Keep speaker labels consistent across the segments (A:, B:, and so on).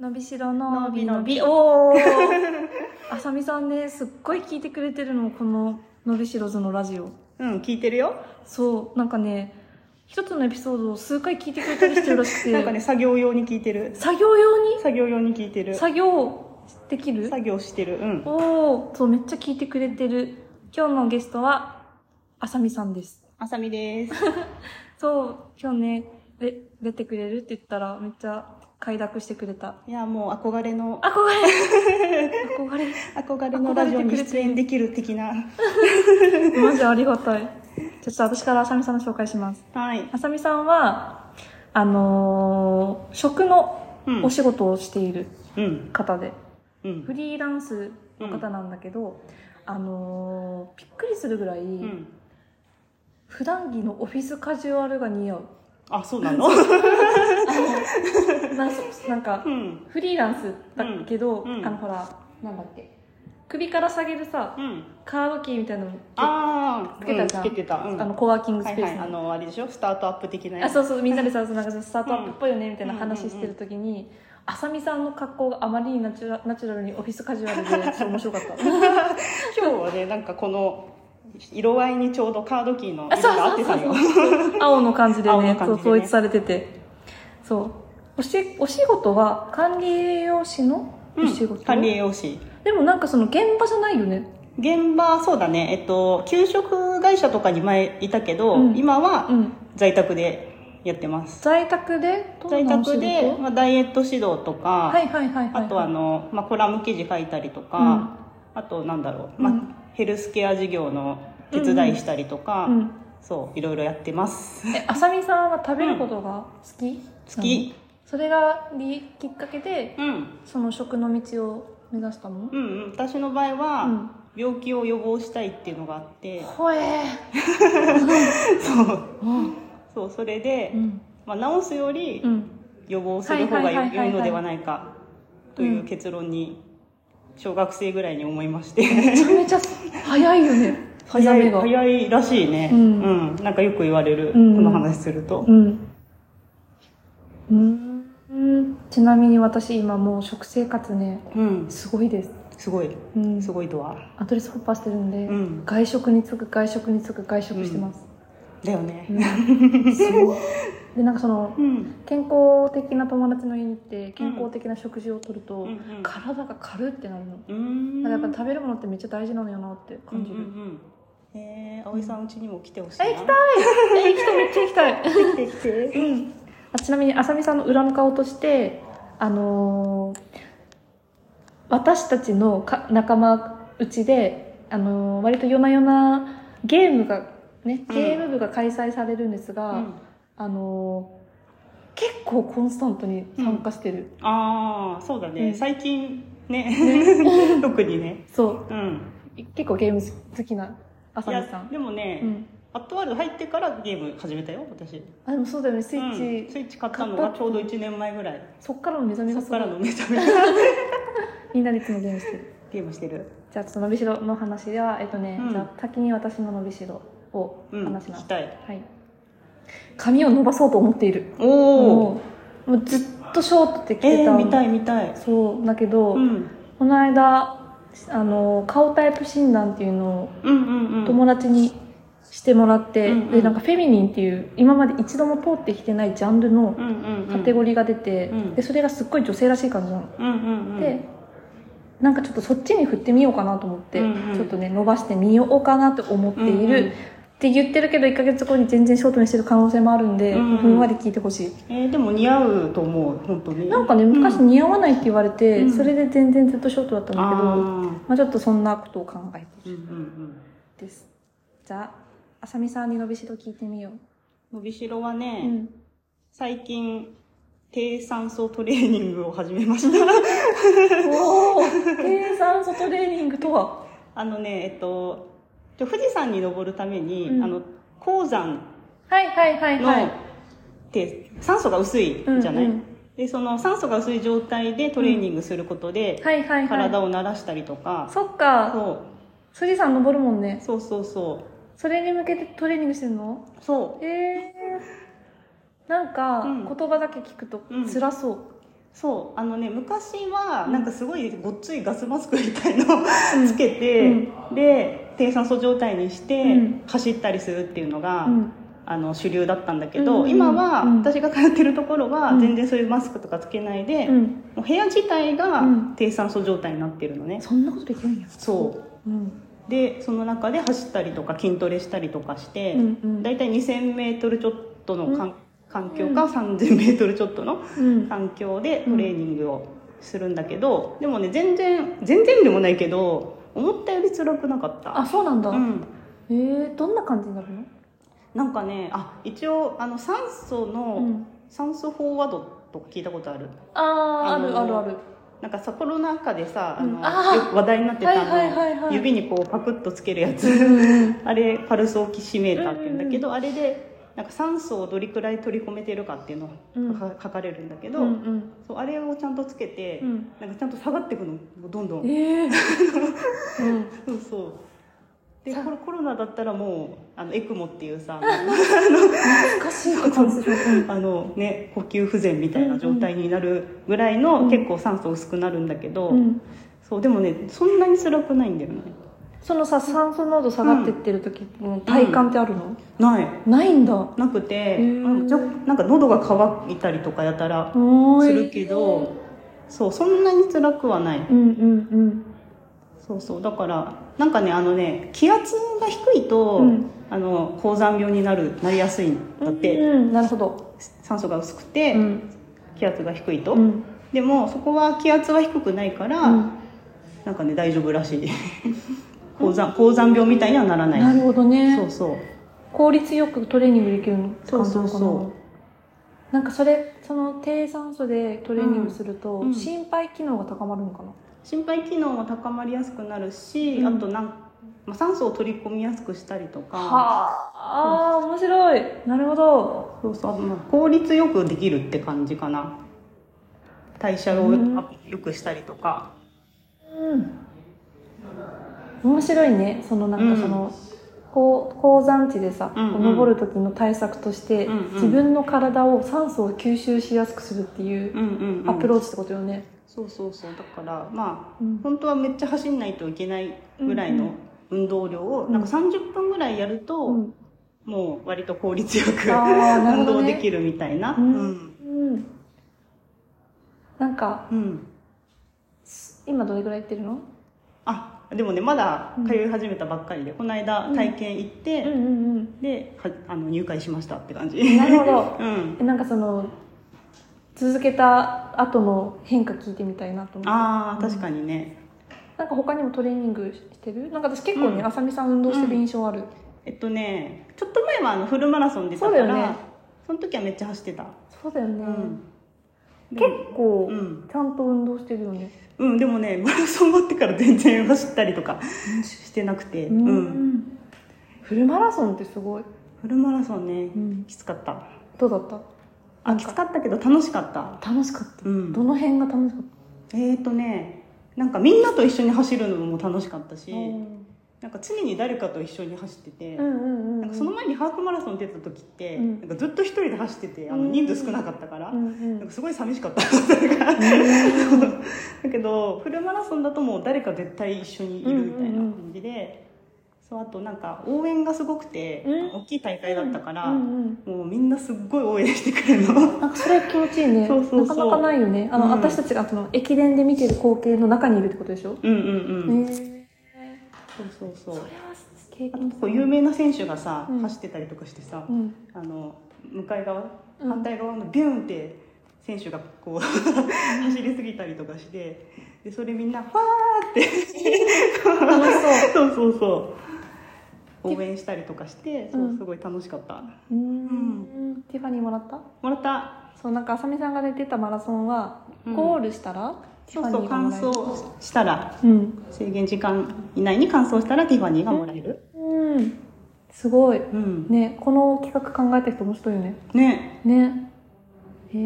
A: のびしろの
B: のびのびおお
A: あさみさんねすっごい聞いてくれてるのこののびしろずのラジオ
B: うん聞いてるよ
A: そうなんかね一つのエピソードを数回聞いてくれたりしてるらしくて
B: なんかね作業用に聞いてる
A: 作業用に
B: 作業用に聞いてる
A: 作業できる
B: 作業してるうん
A: おおそうめっちゃ聞いてくれてる今日のゲストはあさみさんです
B: あさみです
A: そう今日ねで出てくれるって言ったらめっちゃ快諾してくれ た
B: いやもう憧れの
A: 憧れ憧れ
B: 憧れのラジオに出演できる的な
A: マジありがたい。じゃあちょっと私からあさみさんの紹介します。
B: はい
A: あさみさんは、あのー食の
B: うん
A: お仕事をしている
B: うん
A: 方で、
B: う
A: フ
B: ん
A: リーランスの方なんだけど、あのーびっくりするぐらい、
B: うん
A: 普段着のオフィスカジュアルが似合う。
B: あそうなの
A: なんかそなんか
B: う、ん
A: フリーランスだけど、
B: うんうん
A: あのほら、なんだっけ、首から下げるさ、
B: うん
A: カードキーみたいなのつけ
B: ああ
A: つけたじゃん
B: つけてたうん
A: あのコワーキングス
B: は
A: ペ
B: い
A: ース
B: はい
A: の
B: あのあれでしょスタートアップ的なや
A: あ
B: つ
A: そうそうみんなでさそのなんかスタートアップっぽいよねみたいな
B: うん
A: 話してる時に、あさみさんの格好があまりにナチュラナチュラルにオフィスカジュア ルでちょっと面白かった
B: 今日はねなんかこの色合いにちょうどカードキーの
A: あ
B: 色
A: そう
B: が合
A: そ
B: っ
A: う
B: て
A: そ
B: た
A: う
B: よ
A: そう青の感じで
B: 青の
A: ね
B: 感じで
A: そう
B: ね
A: 統一されててそうおしお仕事は管理栄養士のお仕
B: うん
A: 事、
B: 管理栄養士
A: でもなんかその現場じゃないよね
B: 現場そうだねえっと給食会社とかに前いたけど、
A: うん
B: 今
A: う
B: は
A: ん
B: 在宅でやってます、
A: 在宅でど
B: 在
A: んなお仕事
B: 宅で、まあ、ダイエット指導とか、
A: はいはいはいはい
B: あとあの、まあ、コラム記事書いたりとか、あとなんだろう、まあ
A: うん
B: ヘルスケア事業の手伝いしたりとか、
A: うん
B: そういろいろやってます
A: えあさみさんは食べることが好き、
B: 好き、
A: それがりきっかけで
B: うん、
A: その食の道を目指したの
B: うんうん私の場合は、
A: うん
B: 病気を予防したいっていうのがあって
A: ほえ
B: そう
A: うん
B: そうそれで、
A: うん
B: まあ、治すより
A: うん
B: 予防する方
A: は
B: が
A: いはい
B: よ
A: はいはいはい
B: 良いのではないかというんう結論に小学生ぐらいに思いまして、
A: めちゃめちゃ早いよね目
B: 早
A: 覚め
B: い
A: が
B: 早いらしいね、
A: う
B: うんんなんかよく言われる、
A: うん
B: この話すると、
A: うんうんうんちなみに私今もう食生活ね
B: うん、
A: すごいです
B: すごい
A: うん
B: すごいとは、
A: アドレスホッパーしてるんで、
B: うん
A: 外食に次ぐ外食に次ぐ外食してます、
B: だよね
A: うんすごいでなんかその
B: うん、
A: 健康的な友達の家に行って健康的な食事をとると、
B: うんうん
A: 体が軽ってなるの
B: うん
A: だからやっぱ食べるものってめっちゃ大事なのよなって感じる、
B: うんうんうんえー、葵さんうちにも来てほしい
A: え行きたいえ行きたいめっちゃ行きたい
B: い来て来て
A: あちなみにあさみさんの裏の顔としてあのー私たちのか仲間うちで、あのー割と夜な夜なゲームがね
B: うん
A: ゲーム部が開催されるんですが、
B: うん
A: あのー結構コンスタントに参加してる、
B: ああそうだ
A: う
B: ね、
A: ん
B: 最近ね 特にね
A: そう
B: うん
A: 結構ゲーム好きなあ
B: い
A: さみさ
B: や
A: ん
B: でもね、
A: うん
B: アットワールド入ってからゲーム始めたよ私
A: あでもそうだよねスイッチ、
B: うんスイッチ買ったのがちょうど1年前ぐらい
A: そっからの目覚め
B: そ
A: が
B: っ
A: すご
B: か
A: い
B: らのめちゃめちゃ
A: みんなでいつもゲームしてる
B: ゲームしてる
A: じゃあちょっと伸びしろの話ではえっとね、
B: うん
A: じゃあ先に私の伸びしろを
B: うん
A: 話します、
B: したい
A: はい髪を伸ばそうと思っている
B: おお
A: もうもうずっとショートって着て
B: え
A: た
B: ー、
A: の
B: 見たい見たい
A: そうだけど、
B: うん
A: この間あの顔タイプ診断っていうの
B: うんうんう
A: を
B: ん
A: 友達にしてもらって、
B: うんうん
A: でなんかフェミニンっていう今まで一度も通ってきてないジャンルの
B: うんうんうん
A: カテゴリーが出て、
B: うん
A: でそれがすっごい女性らしい感じなの
B: うんうんうん
A: でなんかちょっとそっちに振ってみようかなと思って、
B: うんうん
A: ちょっとね伸ばしてみようかなと思っている、
B: うんうん
A: って言ってるけど1ヶ月後に全然ショートにしてる可能性もあるんで、
B: うんうん
A: ふんわり聞いてほしい、
B: えー、でも似合うと思う本当に
A: なんかね
B: う
A: 昔似合わないって言われて、
B: うん
A: それで全然ずっとショートだったんだけど、
B: あ
A: まあ、ちょっとそんなことを考えて
B: ーうんうんうん
A: ですじゃああさみさんに伸びしろ聞いてみよ
B: 伸びしろは
A: う、
B: ね、
A: うん、
B: 最近低酸素トレーニングを始めました
A: おお低酸素トレーニングとは
B: あのね、えっと、ちょ富士山に登るために、
A: うん
B: あの、鉱山
A: はいはいはい
B: の、
A: はい
B: って酸素が薄いじゃない、
A: うんうん
B: で、その酸素が薄い状態でトレーニングすることで、
A: はいはいはい
B: 体を慣らしたりとか、
A: そっか
B: そう
A: 富士山登るもんね
B: そうそうそ
A: それに向けてトレーニングしてるの
B: う。そう。
A: えー、なんか
B: うん
A: 言葉だけ聞くと
B: うん
A: 辛そう、
B: そうあのね昔はなんかすごいごっついガスマスクみたいのを つけて、で低酸素状態にして
A: うん
B: 走ったりするっていうのが、
A: うん
B: あの主流だったんだけど、
A: うん
B: 今は、
A: うん
B: 私が通ってるところは
A: うん
B: 全然そういうマスクとかつけないで、
A: うん、
B: もう部屋自体が
A: うん
B: 低酸素状態になってるのね、
A: そんなことできるんや、
B: そう
A: うん
B: でその中で走ったりとか筋トレしたりとかして、
A: うんうん
B: だいたい 2000m ちょっとのかん環境
A: う
B: か 3000m ちょっとの
A: うん、
B: 環境でトレーニングをするんだけど、でもね全然全然でもないけど思ったより辛くなかった
A: あそうなんだ、
B: うん、
A: えー、どんな感じになるの、
B: なんかねあ一応あの酸素の、
A: うん、
B: 酸素フォワードとか聞いたことある
A: あああ
B: あの
A: るあるある
B: なんかさコロナ禍でさあの、
A: うんあー
B: よく話題になってたあの、
A: はいはいはいはい
B: 指にこうパクッとつけるやつあれパルスオキシメーターって言うんだけど、あれでなんか酸素をどれくらい取り込めてるかっていうの
A: うん
B: が書かれるんだけ
A: う
B: ど、
A: んうん
B: そうあれをちゃんとつけて、
A: うん
B: なんかちゃんと下がっていくのどんどん
A: ええー
B: そうそうで
A: さ
B: これコロナだったらもうあのエクモっていうさ
A: うん、難しい感じする、うん
B: あの、ね、呼吸不全みたいな状態になるぐらいの、
A: うん
B: 結構酸素薄くなるんだけど、
A: うん、
B: そうでもねそんなに辛くないんだよね
A: そのさ酸素濃度下がってってる時の体感ってあるの、
B: ない
A: ないんだ
B: なくて、
A: ー
B: うんちょなんか喉が渇いたりとかやたら
A: す
B: するけど、そうそんなに辛くはない
A: うんうんうん
B: そうそうだからなんかねあのね気圧が低いと、
A: うん
B: あの高山病になるなりやすいんだって、
A: うん、なるほど、
B: 酸素が薄くて、
A: うん
B: 気圧が低いと、
A: うん
B: でもそこは気圧は低くないから、
A: うん
B: なんかね大丈夫らしい 高山高山病みたいにはならない
A: なるほどね
B: そうそう
A: 効率よくトレーニングできる感じな
B: そう
A: の
B: そ
A: か
B: う
A: な
B: そ
A: なんかそれその低酸素でトレーニングすると、
B: うんうん
A: 心肺機能が高まるのかな
B: 心肺機能も高まりやすくなるし、
A: うん
B: あとなん、まあ、酸素を取り込みやすくしたりとか
A: はああー面白いなるほど
B: そうそうあとまあ効率よくできるって感じかな代謝を
A: うん
B: あ良くしたりとか、
A: うん面白いねそのなん
B: うん
A: かその、こう高山地でさ、
B: うんうん
A: こう登る時の対策として、
B: うんうん
A: 自分の体を酸素を吸収しやすくするっていう
B: うんうんうん
A: アプローチってことよね、
B: そうそうそうだからまあ
A: うん
B: 本当はめっちゃ走んないといけないぐらい
A: うんう
B: の運動量を、
A: うん
B: なんか30分ぐらいやると、
A: うん
B: もう割と効率よく
A: あ ーなる
B: 運
A: ほど
B: 動
A: ね
B: できるみたいな、
A: うん
B: うん
A: うんなんか
B: うん
A: 今どれぐらい行ってるの
B: あでもねまだ通い始めたばっかりで、この間体験行って、
A: うんうんうん
B: でかあの入会しましたって感じ
A: なるほど
B: うん
A: えなんかその続けた後の変化聞いてみたいなと思って
B: ああ確かにね、
A: なんか他にもトレーニングしてるなんか私結構
B: う
A: ね
B: ん
A: あさみさん運動してる印象ある、
B: えっとねちょっと前はあのフルマラソン出たか
A: そうだよ
B: ら
A: ね
B: その時はめっちゃ走ってた、
A: そうだよね、
B: うん、
A: 結構
B: うん
A: ちゃんと運動してるよね、
B: うんでもねマラソン終わってから全然走ったりとかしてなくて、うん
A: うんフルマラソンってすごい、
B: フルマラソンね
A: うん、
B: きつかった
A: どうだった
B: あきつかったけど楽しかった
A: 楽しかった、
B: うん
A: どの辺が楽しかっ
B: えっ、とねなんかみんなと一緒に走るのも楽しかった
A: た、
B: し、なんか常に誰かと一緒に走ってて、
A: うんうんうん
B: なんかその前にハーフマラソン出た時って、
A: うん
B: なんかずっと一人で走っててあ
A: う
B: の
A: ん
B: 人数少なかったから、
A: うんうん
B: なんかすごい寂しかったなんか
A: うん
B: だけどフルマラソンだともう誰か絶対一緒にいるみたいな感じで、そうあとなんか応援がすごくて、
A: うん
B: 大きい大会だったから、
A: うんうん
B: もうみんなすっごい応援してくれる の
A: なんかそれ気持ちいいね
B: そうそうそう
A: なかなかないよねあの、
B: うん
A: 私たちがその駅伝で見てる光景の中にいるってことでしょ、
B: うんうんうん、
A: へえ
B: そうそうそう
A: それは経
B: あ
A: 験
B: とこう有名な選手がさ、
A: うん
B: 走ってたりとかしてさ、
A: うん
B: あの向かい側、
A: うん
B: 反対側のビューンって選手が こう走りすぎたりとかしてでそれみんな「わー!」って
A: 楽しそう
B: そうそうそう応援したりとかしてそううんすごい楽しかった
A: うーんティファニーもらった
B: もらった
A: そうなんかあさみさんが出てたマラソンは、
B: うん
A: ゴールしたらティ
B: そ
A: ファ
B: う
A: ニ
B: そう
A: ーがもらえる
B: 完走したら
A: うん、
B: 制限時間以内に完走したらティファニーがもらえる
A: うん、すごい
B: うん
A: ねこの企画考えた人面白いよね
B: ね
A: ねへ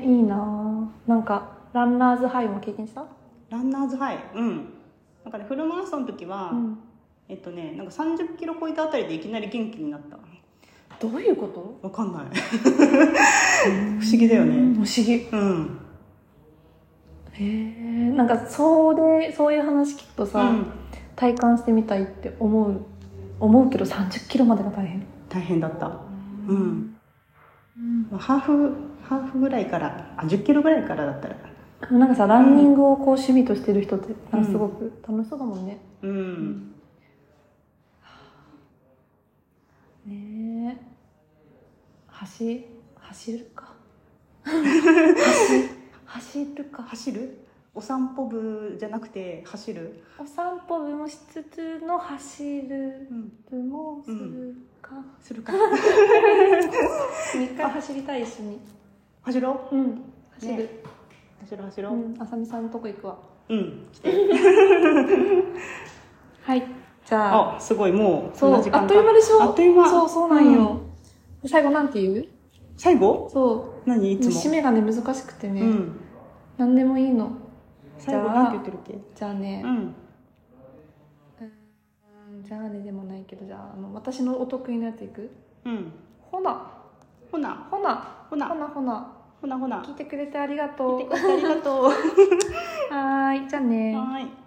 A: えいいなあなんかランナーズハイも経験した
B: ランナーズハイうんなんかねフルマラソンの時は、
A: うん
B: えっとねなんか30キロ超えたあたりでいきなり元気になった
A: どういうこと
B: わかんない 不思議だよね
A: 不思議
B: うん
A: へえなんかそうでそういう話聞くとさ、
B: うん
A: 体感してみたいって思う思うけど3 0キロまでが大変
B: 大変だった
A: う
B: うんん、まあハーフハーフぐらいからあ10キロぐらいからだったら
A: なんかさランニングをこう趣味としてる人ってなんかすごく楽しそうだもんね、
B: うん、
A: ねえ走走る か走走るか
B: 走るお散歩部じゃなくて走る、
A: お散歩部もしつつの走る
B: うん、
A: 部もするか、
B: するか
A: 三日走りたい一緒に
B: 走ろ
A: うん走る、
B: ねう走ろう走ろ
A: う
B: う、
A: んあさみさんのとこ行くわ
B: うん、
A: はいじゃあ
B: あすごいもう
A: そう
B: こんな時間
A: あっという間でしょ
B: あっという間
A: そうそうなんよ、で最後なんて言う
B: 最後
A: そう
B: 何いつも
A: 締めがね難しくてね、
B: うん、
A: 何でもいいの
B: 最後なんて言ってるっけ
A: じゃあね、
B: うん
A: うんじゃあねでもないけどじゃああの私のお得意なやついく
B: うん
A: ほな
B: ほな
A: ほなほ
B: ほな
A: なほな
B: ほなほな
A: 聞いてくれてありが
B: 聞
A: と
B: いてくれてありがとうは
A: うはーいじゃあね
B: ーい